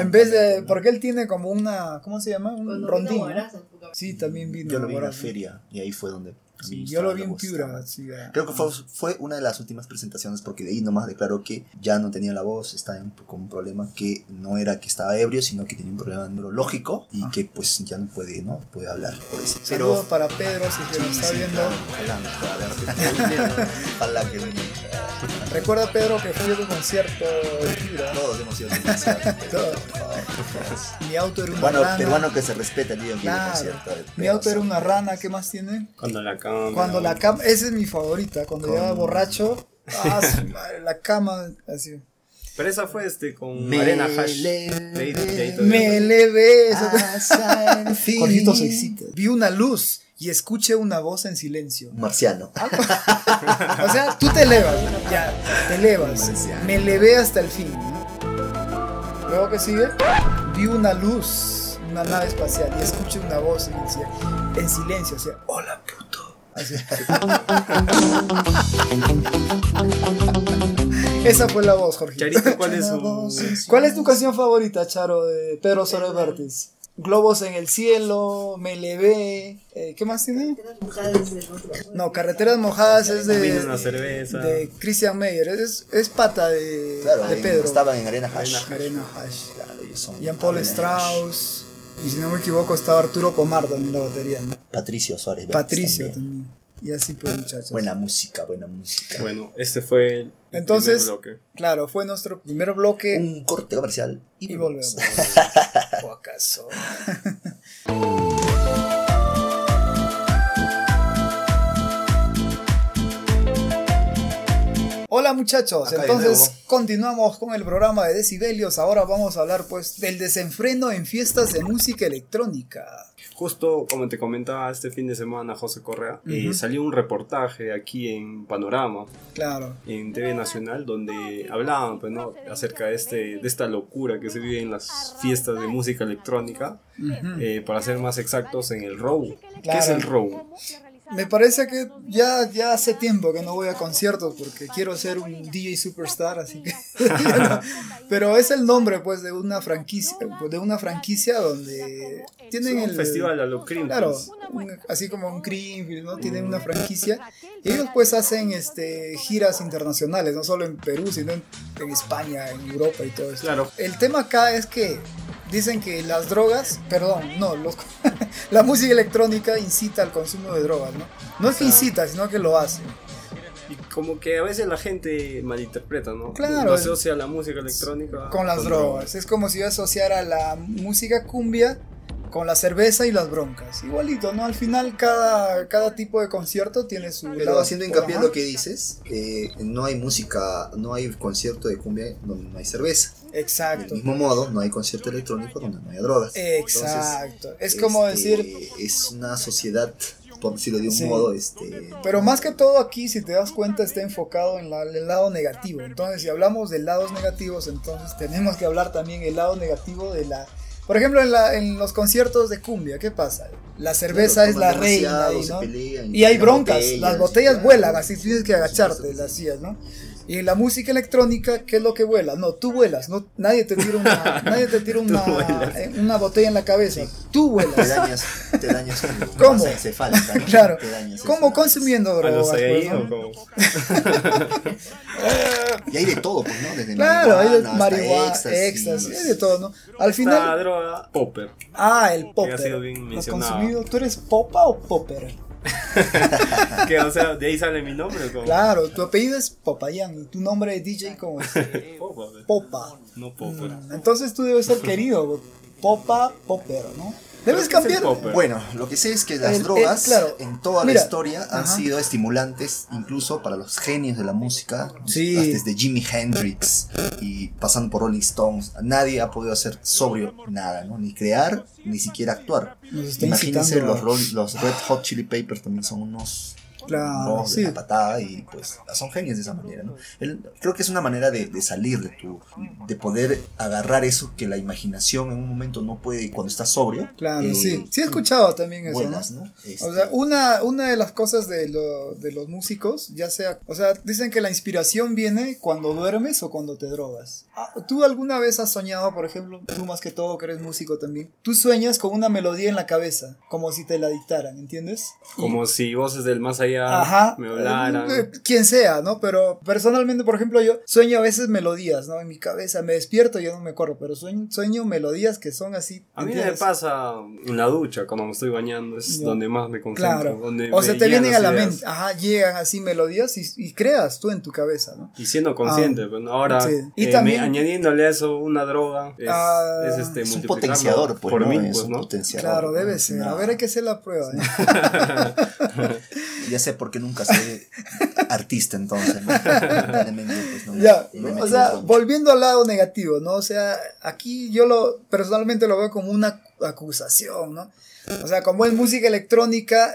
[SPEAKER 1] [laughs] En vez de.
[SPEAKER 3] francamente, ¿no?
[SPEAKER 1] Porque él tiene como una. ¿Cómo se llama? Un
[SPEAKER 4] Cuando
[SPEAKER 1] rondín.
[SPEAKER 4] vino
[SPEAKER 1] ¿no?
[SPEAKER 4] Moraza, en Pucamaima.
[SPEAKER 1] Sí, también vino.
[SPEAKER 3] Yo lo vi en la
[SPEAKER 1] Moraza.
[SPEAKER 3] feria y ahí fue donde.
[SPEAKER 1] Sí,
[SPEAKER 3] me
[SPEAKER 1] yo lo
[SPEAKER 3] gustaba,
[SPEAKER 1] vi
[SPEAKER 3] me
[SPEAKER 1] en
[SPEAKER 3] gustaba.
[SPEAKER 1] Piura. sí, ah.
[SPEAKER 3] Creo que fue, fue una de las últimas presentaciones porque de ahí nomás declaró que ya no tenía la voz, estaba en- con un problema que no era que estaba ebrio, sino que tenía un problema neurológico
[SPEAKER 1] Ah.
[SPEAKER 3] y que pues ya no puede, ¿no? Puede hablar por eso.
[SPEAKER 1] Saludos para Pedro, si que nos está viendo.
[SPEAKER 3] Ojalá me [laughs] pueda ver. Ojalá que venga.
[SPEAKER 1] Recuerda, Pedro, que fue tu concierto de Piura.
[SPEAKER 3] Todos hemos
[SPEAKER 1] [laughs]
[SPEAKER 3] sido demasiado.
[SPEAKER 1] Todos. Mi auto era una
[SPEAKER 3] Bueno,
[SPEAKER 1] rana.
[SPEAKER 3] peruano que se respeta, tío, que
[SPEAKER 1] Claro.
[SPEAKER 3] es cierto.
[SPEAKER 1] Mi auto era una rana, ¿qué más tiene?
[SPEAKER 2] Cuando la cama.
[SPEAKER 1] Cuando la cama, esa es mi favorita, cuando
[SPEAKER 3] Con-
[SPEAKER 1] llegaba borracho, ah, su madre, la cama, así.
[SPEAKER 2] Pero esa fue este con
[SPEAKER 3] Me
[SPEAKER 2] Arena Hash.
[SPEAKER 3] le-
[SPEAKER 2] De- de- de-
[SPEAKER 1] Me elevé, eso. Jorgito
[SPEAKER 3] ah, Jorgito
[SPEAKER 1] se excita. Vi una luz y escuché una voz en silencio.
[SPEAKER 3] Marciano.
[SPEAKER 1] O sea, tú te elevas, ya, te elevas. Me elevé hasta el fin. ¿no? Luego que sigue, vi una luz, una nave espacial y escuché una voz en, silencio- en silencio, o sea, hola puto. Así. [laughs] Esa fue la voz, Jorge.
[SPEAKER 2] Charito, ¿cuál es
[SPEAKER 3] Una
[SPEAKER 2] su-
[SPEAKER 3] voz en
[SPEAKER 1] ¿Cuál es tu canción favorita, Charo, de Pedro Suárez Vértiz? Globos en el cielo, Me elevé. eh, ¿Qué más tiene?
[SPEAKER 4] Carreteras mojadas del otro.
[SPEAKER 1] No, Carreteras Mojadas es
[SPEAKER 2] Vino una
[SPEAKER 1] de,
[SPEAKER 2] cerveza.
[SPEAKER 1] de Christian Meyer. Es, es pata de,
[SPEAKER 3] Claro,
[SPEAKER 1] de
[SPEAKER 3] en-
[SPEAKER 1] Pedro.
[SPEAKER 3] Estaba en Arena Hash.
[SPEAKER 1] Arena Hash.
[SPEAKER 3] Claro, ellos son
[SPEAKER 1] Jean-Paul
[SPEAKER 3] Arena Hash.
[SPEAKER 1] Strauss. Y si no me equivoco, estaba Arturo Comardo en la batería. ¿no?
[SPEAKER 3] Patricio Suárez. Vázquez
[SPEAKER 1] Patricio
[SPEAKER 3] también.
[SPEAKER 1] también. Y así pues, muchachos.
[SPEAKER 3] Buena música, buena música.
[SPEAKER 2] Bueno, este fue el
[SPEAKER 1] Entonces-
[SPEAKER 2] primer bloque.
[SPEAKER 1] Claro, fue nuestro primer bloque.
[SPEAKER 3] Un corte comercial y,
[SPEAKER 1] Y volvemos.
[SPEAKER 3] [laughs]
[SPEAKER 1] ¿O acaso? Hola muchachos,
[SPEAKER 3] Acá de
[SPEAKER 1] entonces
[SPEAKER 3] nuevo.
[SPEAKER 1] continuamos con el programa de Decibelios. Ahora vamos a hablar pues del desenfreno en fiestas de música electrónica.
[SPEAKER 2] Justo como te comentaba este fin de semana José Correa, eh,
[SPEAKER 1] Ujú.
[SPEAKER 2] salió un reportaje aquí en Panorama,
[SPEAKER 1] Claro,
[SPEAKER 2] en TV Nacional, donde hablaban pues, ¿no? acerca de, este, de esta locura que se vive en las fiestas de música electrónica,
[SPEAKER 1] Ujú.
[SPEAKER 2] eh, para ser más exactos, en el Row. ¿Qué
[SPEAKER 1] Mm. Claro.
[SPEAKER 2] es el Row?
[SPEAKER 1] me parece que ya, ya hace tiempo que no voy a conciertos porque quiero ser un DJ superstar, así que... [laughs] Pero es el nombre pues de una franquicia, de una franquicia donde
[SPEAKER 2] Es
[SPEAKER 1] tienen
[SPEAKER 2] un
[SPEAKER 1] el...
[SPEAKER 2] festival a lo crimen.
[SPEAKER 1] Claro, un- así como un Greenfield, ¿no? Tienen
[SPEAKER 2] Mm.
[SPEAKER 1] una franquicia. Y ellos pues hacen este, giras internacionales, no solo en Perú, sino en, en España, en Europa y todo eso.
[SPEAKER 2] Claro.
[SPEAKER 1] El tema acá es que dicen que las drogas, perdón, no, los- [laughs] la música electrónica incita al consumo de drogas, ¿no? No es que incita, sino que lo hace.
[SPEAKER 2] Y como que a veces la gente malinterpreta, ¿no?
[SPEAKER 1] Claro.
[SPEAKER 2] Lo asocia la música electrónica
[SPEAKER 1] Con las drogas. Es como si yo asociara la música cumbia con la cerveza y las broncas. Igualito, ¿no? Al final cada, cada tipo de concierto tiene su...
[SPEAKER 3] Pero
[SPEAKER 1] lado
[SPEAKER 3] haciendo hincapié en
[SPEAKER 1] ajá.
[SPEAKER 3] lo que dices, eh, no hay música, no hay concierto de cumbia donde no hay cerveza. Del
[SPEAKER 1] Exacto.
[SPEAKER 3] mismo modo, no hay concierto electrónico donde no hay drogas.
[SPEAKER 1] Exacto. eh, es como
[SPEAKER 3] Este,
[SPEAKER 1] decir,
[SPEAKER 3] Es una sociedad, por decirlo de un
[SPEAKER 1] Sí.
[SPEAKER 3] modo, este...
[SPEAKER 1] pero más que todo aquí, si te das cuenta, está enfocado en la- el lado negativo. Entonces, si hablamos de lados negativos, entonces tenemos que hablar también el lado negativo de la... Por ejemplo, en, la- en los conciertos de cumbia, ¿qué pasa? La cerveza
[SPEAKER 3] Claro,
[SPEAKER 1] es la
[SPEAKER 3] toman
[SPEAKER 1] reina,
[SPEAKER 3] demasiado,
[SPEAKER 1] ahí,
[SPEAKER 3] se
[SPEAKER 1] ¿no?
[SPEAKER 3] pelean,
[SPEAKER 1] Y hay
[SPEAKER 3] las
[SPEAKER 1] broncas, las botellas
[SPEAKER 3] claro.
[SPEAKER 1] vuelan, así tienes que
[SPEAKER 3] Por
[SPEAKER 1] agacharte,
[SPEAKER 3] supuesto que
[SPEAKER 1] las
[SPEAKER 3] sí.
[SPEAKER 1] sillas, ¿no? Y en la música electrónica, ¿qué es lo que vuela? No, tú vuelas, no, nadie te tira una, nadie te tira una,
[SPEAKER 2] vuelas.
[SPEAKER 1] eh, una botella en la cabeza, tú
[SPEAKER 3] [laughs] Te
[SPEAKER 1] vuelas.
[SPEAKER 3] dañas, te dañas tu
[SPEAKER 1] ¿Cómo?
[SPEAKER 3] masa encefálica,
[SPEAKER 1] [laughs]
[SPEAKER 3] ¿no?
[SPEAKER 1] Claro,
[SPEAKER 3] Te dañas
[SPEAKER 1] ¿cómo
[SPEAKER 3] eso.
[SPEAKER 1] consumiendo
[SPEAKER 2] A
[SPEAKER 1] drogas?
[SPEAKER 2] los
[SPEAKER 1] pues,
[SPEAKER 2] ahí,
[SPEAKER 1] no?
[SPEAKER 2] o como-
[SPEAKER 3] Y hay de todo, pues, ¿no? Desde
[SPEAKER 1] Claro, hay de
[SPEAKER 3] hasta
[SPEAKER 1] marihuana,
[SPEAKER 3] éxtasis.
[SPEAKER 1] éxtasis, hay de todo, ¿no? Al
[SPEAKER 2] Esta
[SPEAKER 1] final,
[SPEAKER 2] droga, popper.
[SPEAKER 1] ah, el
[SPEAKER 2] ha sido bien
[SPEAKER 1] popper. Los
[SPEAKER 2] mencionado.
[SPEAKER 1] consumido, ¿tú eres popa o popper?
[SPEAKER 2] Que, o sea, de ahí sale mi nombre. Como...
[SPEAKER 1] Claro, tu apellido es Popayán y tu nombre es DJ como es
[SPEAKER 2] Popper.
[SPEAKER 1] Popa.
[SPEAKER 2] No popper.
[SPEAKER 3] [laughs]
[SPEAKER 1] Mm, Entonces tú debes ser querido, Popa Popper, ¿no? Debes
[SPEAKER 2] ¿Pero qué es
[SPEAKER 1] cambiar.
[SPEAKER 2] el popper?
[SPEAKER 3] Bueno, lo que sé es que las
[SPEAKER 1] El- el-
[SPEAKER 3] drogas
[SPEAKER 1] claro.
[SPEAKER 3] en toda
[SPEAKER 1] Mira.
[SPEAKER 3] la historia han
[SPEAKER 1] Ajá.
[SPEAKER 3] sido estimulantes incluso para los genios de la música,
[SPEAKER 1] Sí.
[SPEAKER 3] hasta desde Jimi Hendrix y pasando por Rolling Stones. Nadie ha podido hacer sobrio nada, ¿no? ni crear, ni siquiera actuar.
[SPEAKER 1] Nos está
[SPEAKER 3] Imagínense,
[SPEAKER 1] incitando a-
[SPEAKER 3] los, Roll- los Red Hot Chili Papers también son unos
[SPEAKER 1] Claro,
[SPEAKER 3] unos
[SPEAKER 1] sí.
[SPEAKER 3] de la patada y pues son genios de esa manera. ¿no? El- creo que es una manera de, de salir de tu, de poder agarrar eso que la imaginación en un momento no puede y cuando estás sobrio.
[SPEAKER 1] Claro,
[SPEAKER 3] eh,
[SPEAKER 1] sí. Sí he escuchado también eso, ¿no?
[SPEAKER 3] buenas, ¿no? Este,
[SPEAKER 1] O sea, una, una de las cosas de, lo- de los músicos, ya sea, o sea, dicen que la inspiración viene cuando duermes o cuando te drogas. Ah, ¿Tú alguna vez has soñado, por ejemplo, tú más que todo que eres músico también, tú sueñas con una melodía en la cabeza, como si te la dictaran, ¿entiendes?
[SPEAKER 2] Como si voces del más allá
[SPEAKER 1] Ajá.
[SPEAKER 2] me hablaran.
[SPEAKER 1] Eh, Quien sea, ¿no? Pero personalmente, por ejemplo, yo sueño a veces melodías, ¿no? En mi cabeza, me despierto y ya no me acuerdo, pero sueño, sueño melodías que son así.
[SPEAKER 2] A mí me
[SPEAKER 1] ¿entiendes?
[SPEAKER 2] pasa en la ducha, cuando me estoy bañando, es
[SPEAKER 1] Ya.
[SPEAKER 2] donde más me concentro.
[SPEAKER 1] Claro.
[SPEAKER 2] donde
[SPEAKER 1] O
[SPEAKER 2] me
[SPEAKER 1] sea, te
[SPEAKER 2] llegan
[SPEAKER 1] vienen a la
[SPEAKER 2] las ideas.
[SPEAKER 1] mente. Ajá, llegan así melodías y, y creas tú en tu cabeza, ¿no?
[SPEAKER 2] Y siendo consciente,
[SPEAKER 1] Ah,
[SPEAKER 2] bueno, ahora
[SPEAKER 1] sí. Y
[SPEAKER 2] eh, me-
[SPEAKER 1] también-
[SPEAKER 2] añadiéndole a eso una droga es,
[SPEAKER 1] Ah,
[SPEAKER 2] es, este,
[SPEAKER 3] es un
[SPEAKER 2] multiplicarlo
[SPEAKER 3] potenciador, pues,
[SPEAKER 2] por
[SPEAKER 3] ¿no?
[SPEAKER 2] mí,
[SPEAKER 3] es
[SPEAKER 2] pues,
[SPEAKER 3] un
[SPEAKER 2] ¿no?
[SPEAKER 3] potenciador.
[SPEAKER 1] Claro,
[SPEAKER 3] ¿no?
[SPEAKER 1] debe
[SPEAKER 3] Es
[SPEAKER 1] ser.
[SPEAKER 3] una-
[SPEAKER 1] A ver, hay que hacer la prueba. ¿eh?
[SPEAKER 3] Ya sé por qué nunca soy artista entonces. ¿no? Lamentablemente, pues, no me-
[SPEAKER 1] Ya,
[SPEAKER 3] no me
[SPEAKER 1] o
[SPEAKER 3] metí
[SPEAKER 1] sea,
[SPEAKER 3] mucho.
[SPEAKER 1] volviendo al lado negativo, ¿no? O sea, aquí yo lo personalmente lo veo como una acusación, ¿no? O sea, como es música electrónica,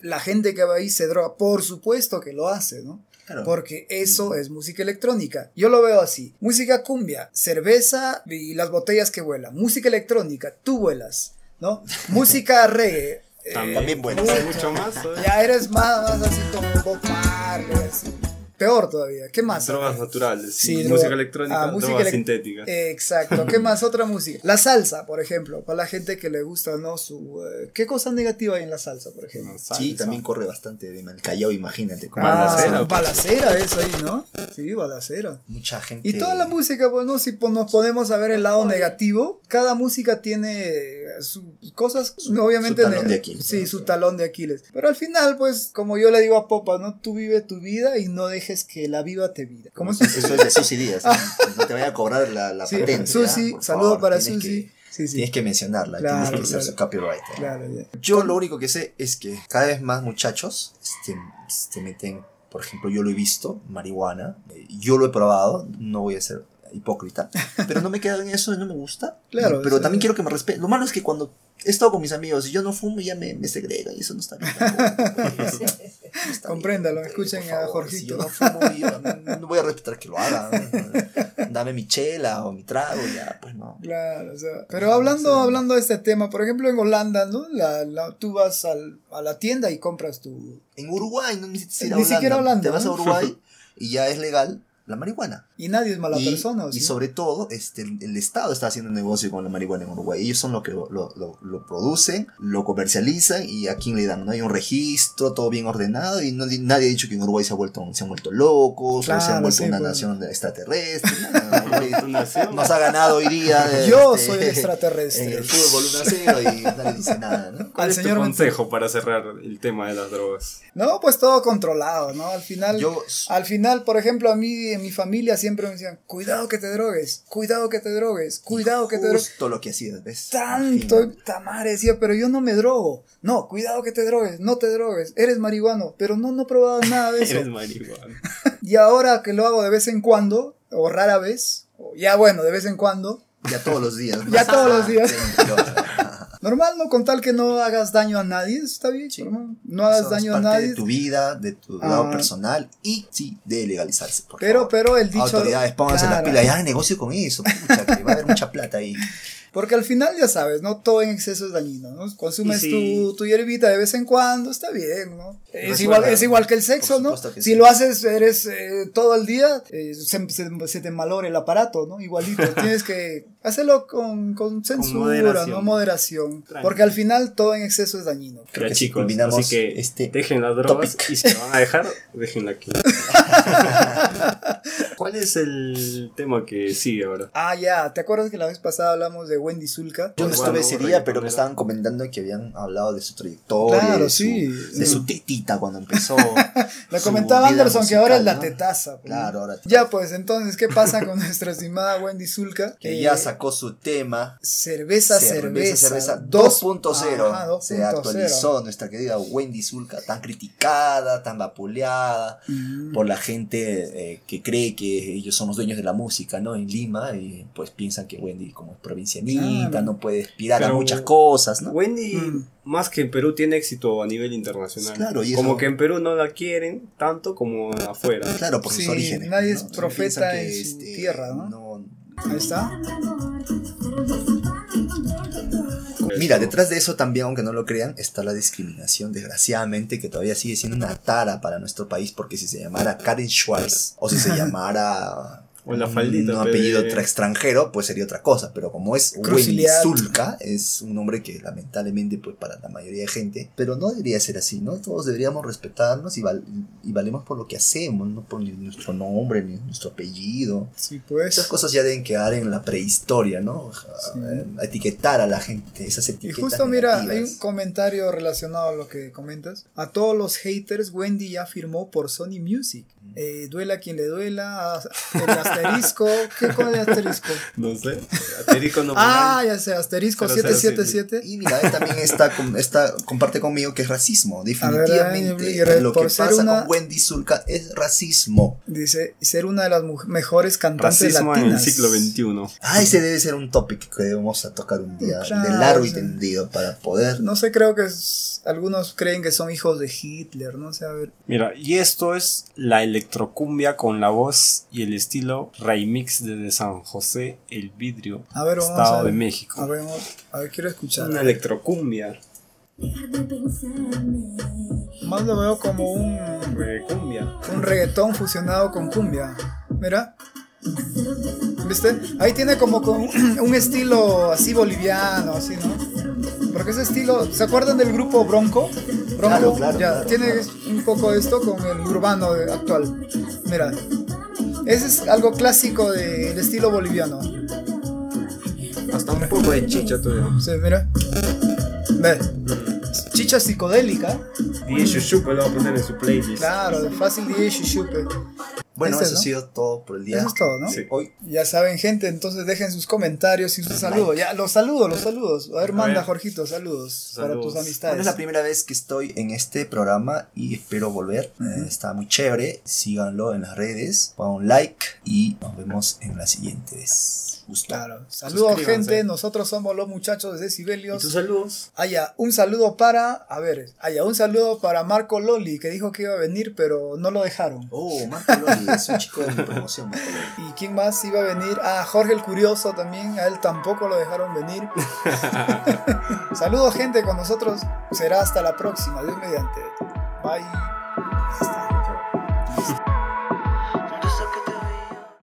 [SPEAKER 1] la gente que va ahí se droga, por supuesto que lo hace, ¿no?
[SPEAKER 3] Claro.
[SPEAKER 1] Porque eso es música electrónica. Yo lo veo así. Música cumbia, cerveza y las botellas que vuelan. Música electrónica, tú vuelas,
[SPEAKER 3] [laughs]
[SPEAKER 1] ¿no? Música reggae. eh,
[SPEAKER 3] También bueno. ¿eh?
[SPEAKER 2] Mucho más, ¿sabes?
[SPEAKER 1] ya eres más, más así como Bob Marley, así. Peor todavía. ¿Qué más?
[SPEAKER 2] Drogas naturales,
[SPEAKER 1] Sí,
[SPEAKER 2] música
[SPEAKER 1] droga-
[SPEAKER 2] electrónica,
[SPEAKER 1] ah, música
[SPEAKER 2] drogas
[SPEAKER 1] elec-
[SPEAKER 2] sintéticas.
[SPEAKER 1] Exacto. ¿Qué más? Otra música. La salsa, por ejemplo. Para la gente que le gusta, ¿no? Su, eh, ¿Qué cosa negativa hay en la salsa, por ejemplo?
[SPEAKER 3] Sí, también corre bastante de mal. Callao, imagínate. como-
[SPEAKER 2] Balacera,
[SPEAKER 1] Ah,
[SPEAKER 2] pues.
[SPEAKER 1] balacera eso ahí, ¿no? Sí, balacera.
[SPEAKER 3] Mucha gente.
[SPEAKER 1] Y toda la música, bueno, si po- nos ponemos a ver el lado negativo, cada música tiene eh, sus cosas, obviamente...
[SPEAKER 3] su talón
[SPEAKER 1] neg-
[SPEAKER 3] de Aquiles.
[SPEAKER 1] Sí, su talón de Aquiles. Pero al final, pues, como yo le digo a Popa, ¿no? Tú vive tu vida y no dejes que la viva te vida. ¿Cómo es?
[SPEAKER 3] Eso es de
[SPEAKER 1] [laughs]
[SPEAKER 3] Susi Díaz. ¿no? No te vaya a cobrar la, la
[SPEAKER 1] Sí,
[SPEAKER 3] patente. ¿ah?
[SPEAKER 1] Susi,
[SPEAKER 3] Por
[SPEAKER 1] saludo
[SPEAKER 3] favor,
[SPEAKER 1] para
[SPEAKER 3] tienes
[SPEAKER 1] Susi.
[SPEAKER 3] que-
[SPEAKER 1] Sí, sí.
[SPEAKER 3] Tienes que mencionarla,
[SPEAKER 1] Claro,
[SPEAKER 3] tienes que hacer
[SPEAKER 1] claro.
[SPEAKER 3] su copyright. ¿eh?
[SPEAKER 1] Claro, ya.
[SPEAKER 3] Yo lo único que sé es que cada vez más muchachos este, se meten, por ejemplo, yo lo he visto, marihuana, eh, yo lo he probado, no voy a ser
[SPEAKER 1] [laughs]
[SPEAKER 3] hipócrita, pero no me queda en eso y no me gusta.
[SPEAKER 1] Claro,
[SPEAKER 3] Pero
[SPEAKER 1] sí.
[SPEAKER 3] también quiero que me respeten. Lo malo es que cuando he estado con mis amigos y yo no fumo, ya me, me segregan y eso no está bien. tampoco.
[SPEAKER 4] [laughs]
[SPEAKER 3] No está bien.
[SPEAKER 1] Compréndalo,
[SPEAKER 3] Eh,
[SPEAKER 1] escuchen
[SPEAKER 3] por
[SPEAKER 1] a
[SPEAKER 3] favor,
[SPEAKER 1] Jorgito.
[SPEAKER 3] Si yo no fumo, yo no voy a respetar que lo haga. Dame mi chela o mi trago, ya, pues no.
[SPEAKER 1] Claro, o
[SPEAKER 3] Pues
[SPEAKER 1] sea, pero hablando, hablando de este tema, por ejemplo, en Holanda, ¿no? La, la- tú vas al- a la tienda y compras tu...
[SPEAKER 3] En Uruguay, no, ni siquiera
[SPEAKER 1] Ni
[SPEAKER 3] Holanda.
[SPEAKER 1] siquiera Holanda,
[SPEAKER 3] Te vas a
[SPEAKER 1] ¿no? [laughs]
[SPEAKER 3] Uruguay y ya es legal la marihuana.
[SPEAKER 1] Y nadie es mala
[SPEAKER 3] y,
[SPEAKER 1] persona, ¿o
[SPEAKER 3] y
[SPEAKER 1] sí?
[SPEAKER 3] sobre todo, este, el el Estado está haciendo negocio con la marihuana en Uruguay. Ellos son los que lo, lo- lo- lo producen, lo comercializan y a quién le dan. No hay un registro, todo bien ordenado y no- nadie ha dicho que en Uruguay se, ha vuelto, se han vuelto locos o se
[SPEAKER 1] Claro,
[SPEAKER 3] han vuelto
[SPEAKER 1] sí,
[SPEAKER 3] una
[SPEAKER 1] pues.
[SPEAKER 3] nación de- extraterrestre.
[SPEAKER 1] [laughs]
[SPEAKER 3] No, no, Uruguay
[SPEAKER 2] Tu nación.
[SPEAKER 3] nos ha ganado hoy día. eh,
[SPEAKER 1] Yo
[SPEAKER 3] este,
[SPEAKER 1] soy el
[SPEAKER 3] [laughs] En
[SPEAKER 1] extraterrestre.
[SPEAKER 3] el fútbol 1 0 y nadie dice nada, ¿no?
[SPEAKER 2] ¿Cuál
[SPEAKER 1] Al
[SPEAKER 2] es tu
[SPEAKER 1] señor Ventura.
[SPEAKER 2] consejo para cerrar el tema de las drogas?
[SPEAKER 1] No, pues todo controlado, ¿no? Al final,
[SPEAKER 3] Yo
[SPEAKER 1] al final, por ejemplo, a mí en mi familia siempre me decían, cuidado que te drogues, cuidado que te drogues, cuidado que te drogues.
[SPEAKER 3] Justo lo que hacías, ¿ves?
[SPEAKER 1] Tanto,
[SPEAKER 3] Imagínate.
[SPEAKER 1] tamar, decía, pero yo no me drogo. No, cuidado que te drogues, no te drogues, eres marihuano, pero no, no he probado nada
[SPEAKER 3] [laughs]
[SPEAKER 1] de eso.
[SPEAKER 2] Eres marihuana.
[SPEAKER 1] y ahora que lo hago de vez en cuando, o rara vez, o ya bueno, de vez en cuando,
[SPEAKER 3] Ya todos los días. ¿no?
[SPEAKER 1] Ya todos los
[SPEAKER 3] [laughs]
[SPEAKER 1] días.
[SPEAKER 3] Ajá.
[SPEAKER 1] normal, ¿no? Con tal que no hagas daño a nadie, está bien, normal. no hagas
[SPEAKER 3] Eso es
[SPEAKER 1] daño a
[SPEAKER 3] parte
[SPEAKER 1] nadie.
[SPEAKER 3] De tu vida, de tu lado
[SPEAKER 1] Ah.
[SPEAKER 3] personal y sí, de legalizarse. por
[SPEAKER 1] Pero,
[SPEAKER 3] favor.
[SPEAKER 1] pero el dicho...
[SPEAKER 3] Autoridades, pónganse
[SPEAKER 1] Claro.
[SPEAKER 3] las pilas y hagan negocio con eso. Pucha, que va a haber mucha
[SPEAKER 2] [laughs]
[SPEAKER 3] plata ahí.
[SPEAKER 1] Porque al final ya sabes, no todo en exceso es dañino, ¿no? Consumes
[SPEAKER 2] Y si-
[SPEAKER 1] tu, tu hierbita de vez en cuando, está bien, ¿no? Es,
[SPEAKER 3] Recuerda,
[SPEAKER 1] igual, es igual que el sexo,
[SPEAKER 3] por
[SPEAKER 1] ¿no?
[SPEAKER 3] supuesto que
[SPEAKER 1] Si
[SPEAKER 3] sí.
[SPEAKER 1] lo haces, eres eh, todo el día, eh, se, se- se te malora el aparato, ¿no? Igualito,
[SPEAKER 3] [laughs]
[SPEAKER 1] tienes que hacerlo con, con censura,
[SPEAKER 2] moderación.
[SPEAKER 1] ¿no? Moderación.
[SPEAKER 2] Tranqui.
[SPEAKER 1] Porque al final todo en exceso es dañino.
[SPEAKER 3] Creo
[SPEAKER 2] Ya
[SPEAKER 3] que sí
[SPEAKER 2] chicos,
[SPEAKER 3] culminamos
[SPEAKER 2] así que
[SPEAKER 3] este
[SPEAKER 1] [laughs]
[SPEAKER 2] dejen las drogas y si la van a dejar, déjenla aquí. ¿Cuál es el tema que sigue ahora?
[SPEAKER 1] Ah, ya, ¿te acuerdas que la vez pasada hablamos de Wendy Zulka?
[SPEAKER 3] Yo no
[SPEAKER 2] Bueno,
[SPEAKER 3] estuve ese
[SPEAKER 2] bueno,
[SPEAKER 3] día,
[SPEAKER 2] bueno,
[SPEAKER 3] pero me
[SPEAKER 2] bueno.
[SPEAKER 3] estaban comentando que habían hablado de su trayectoria,
[SPEAKER 1] Claro,
[SPEAKER 3] de, su,
[SPEAKER 1] sí.
[SPEAKER 3] de su tetita cuando
[SPEAKER 1] [laughs]
[SPEAKER 3] empezó.
[SPEAKER 1] La
[SPEAKER 3] su
[SPEAKER 1] comentaba
[SPEAKER 3] vida
[SPEAKER 1] Anderson que ahora es la
[SPEAKER 3] musical, ¿no?
[SPEAKER 1] tetaza. pues.
[SPEAKER 3] Claro, ahora
[SPEAKER 1] Ya, pues entonces, ¿qué pasa con [laughs] nuestra estimada Wendy Zulka?
[SPEAKER 3] que
[SPEAKER 1] Eh,
[SPEAKER 3] ya sacó su tema.
[SPEAKER 1] Cerveza, cerveza.
[SPEAKER 3] cerveza, cerveza
[SPEAKER 1] Dos- Ajá,
[SPEAKER 3] 2.0 se
[SPEAKER 1] 2.0.
[SPEAKER 3] actualizó nuestra querida Wendy Zulka, tan criticada, tan vapuleada
[SPEAKER 1] Mm.
[SPEAKER 3] por la gente eh, que cree que ellos son los dueños de la música, ¿no? En Lima, y pues piensan que Wendy como es provincianita,
[SPEAKER 1] Claro.
[SPEAKER 3] no puede aspirar a
[SPEAKER 2] Pero-
[SPEAKER 3] muchas cosas, ¿no?
[SPEAKER 2] Wendy,
[SPEAKER 1] Mm.
[SPEAKER 2] más que en Perú, tiene éxito a nivel internacional.
[SPEAKER 3] Claro, y eso-
[SPEAKER 2] como que en Perú no la quieren tanto como afuera.
[SPEAKER 3] Claro, por
[SPEAKER 1] Sí,
[SPEAKER 3] sus orígenes.
[SPEAKER 1] nadie es
[SPEAKER 3] O sea,
[SPEAKER 1] profeta
[SPEAKER 3] piensan este,
[SPEAKER 1] en su tierra, ¿no? Ahí está.
[SPEAKER 3] Mira, detrás de eso también, aunque no lo crean, está la discriminación, desgraciadamente, que todavía sigue siendo una tara para nuestro país, porque si se llamara Karen Schwartz o si se llamara
[SPEAKER 2] O la faldita,
[SPEAKER 3] un
[SPEAKER 2] pe,
[SPEAKER 3] apellido
[SPEAKER 2] de-
[SPEAKER 3] tra- extranjero, pues sería otra cosa, pero como es Wendy
[SPEAKER 1] Cruciliat.
[SPEAKER 3] Zulka, es un nombre que lamentablemente, pues para la mayoría de gente, pero no debería ser así, ¿no? Todos deberíamos respetarnos y, val- y valemos por lo que hacemos, no por ni nuestro nombre, ni nuestro apellido.
[SPEAKER 1] Sí, pues.
[SPEAKER 3] Esas cosas ya deben quedar en la prehistoria, ¿no? Eh, Etiquetar a la gente, esas
[SPEAKER 1] Y
[SPEAKER 3] etiquetas.
[SPEAKER 1] justo mira, hay
[SPEAKER 3] negativas.
[SPEAKER 1] un comentario relacionado a lo que comentas. A todos los haters, Wendy ya firmó por Sony Music.
[SPEAKER 3] Mm.
[SPEAKER 1] Eh, duela quien le duela, el asterisco. [laughs] ¿Qué con el asterisco?
[SPEAKER 2] No sé. Aterico no
[SPEAKER 1] Ah, ya sé, asterisco
[SPEAKER 2] Cero, cero,
[SPEAKER 1] 777.
[SPEAKER 3] Y mira, él también está, con- está- comparte conmigo que es racismo,
[SPEAKER 1] ver,
[SPEAKER 3] definitivamente.
[SPEAKER 1] y re-
[SPEAKER 3] lo que
[SPEAKER 1] por ser
[SPEAKER 3] pasa
[SPEAKER 1] una-
[SPEAKER 3] con Wendy Zulka es racismo.
[SPEAKER 1] Dice ser una de las muj- mejores cantantes
[SPEAKER 2] racismo en el
[SPEAKER 1] latinas.
[SPEAKER 2] siglo XXI.
[SPEAKER 3] Ah, ese debe ser un topic que debemos a tocar un día
[SPEAKER 1] Claro,
[SPEAKER 3] de largo y
[SPEAKER 1] sí.
[SPEAKER 3] tendido para poder...
[SPEAKER 1] No sé, creo que es- algunos creen que son hijos de Hitler, no sé, a ver.
[SPEAKER 2] Mira, y esto es la electrocumbia con la voz y el estilo remix desde San José, El Vidrio,
[SPEAKER 1] A ver, vamos
[SPEAKER 2] Estado
[SPEAKER 1] a ver.
[SPEAKER 2] de México.
[SPEAKER 1] A ver, vamos- a ver, quiero escuchar.
[SPEAKER 2] Una electrocumbia.
[SPEAKER 1] Más lo veo como un,
[SPEAKER 2] eh, cumbia.
[SPEAKER 1] un reggaetón fusionado con cumbia. Mira. ¿Viste? Ahí tiene como con [clears throat] un estilo así boliviano, así, ¿no? Porque ese estilo, ¿se acuerdan del grupo Bronco? Bronco,
[SPEAKER 3] Claro, claro,
[SPEAKER 1] ya,
[SPEAKER 3] claro,
[SPEAKER 1] tiene
[SPEAKER 3] claro.
[SPEAKER 1] un poco de esto con el urbano de- actual. Mira, ese es algo clásico de- del estilo boliviano.
[SPEAKER 2] Hasta un poco de chicha todavía.
[SPEAKER 1] Sí, mira. Ve, chicha psicodélica.
[SPEAKER 2] Y Shushuko lo va a poner en su playlist.
[SPEAKER 1] Claro, de fácil DJ Shishupe.
[SPEAKER 3] Bueno,
[SPEAKER 1] Ese,
[SPEAKER 3] eso
[SPEAKER 1] ¿no?
[SPEAKER 3] ha sido todo por el día.
[SPEAKER 1] Eso es todo, ¿no?
[SPEAKER 2] Sí.
[SPEAKER 3] Hoy
[SPEAKER 1] Ya saben, gente, entonces dejen sus comentarios y sus saludos. Ya, los saludos, los saludos. A ver, manda,
[SPEAKER 2] ver.
[SPEAKER 1] Jorgito, saludos, para
[SPEAKER 2] Saludos.
[SPEAKER 1] tus
[SPEAKER 3] Bueno,
[SPEAKER 1] amistades.
[SPEAKER 3] es la primera vez que estoy en este programa y espero volver. Eh, está muy chévere. Síganlo en las redes. Pongan un like y nos vemos en las siguientes. Gusto.
[SPEAKER 1] Claro. Saludos,
[SPEAKER 2] Suscríbanse.
[SPEAKER 1] gente. Nosotros somos los muchachos de
[SPEAKER 2] ¿Y tus
[SPEAKER 1] Sibelius.
[SPEAKER 2] saludos?
[SPEAKER 1] Haya un saludo para, a ver, haya un saludo para Marco Loli, que dijo que iba a venir, pero no lo dejaron.
[SPEAKER 3] Oh, Marco Loli, es un chico de mi promoción. Marco Loli.
[SPEAKER 1] ¿Y quién más iba a venir? Ah, Jorge el Curioso también, a él tampoco lo dejaron
[SPEAKER 2] [laughs]
[SPEAKER 1] venir. [laughs] Saludos, gente, con nosotros será hasta la próxima. Dios mediante. Bye.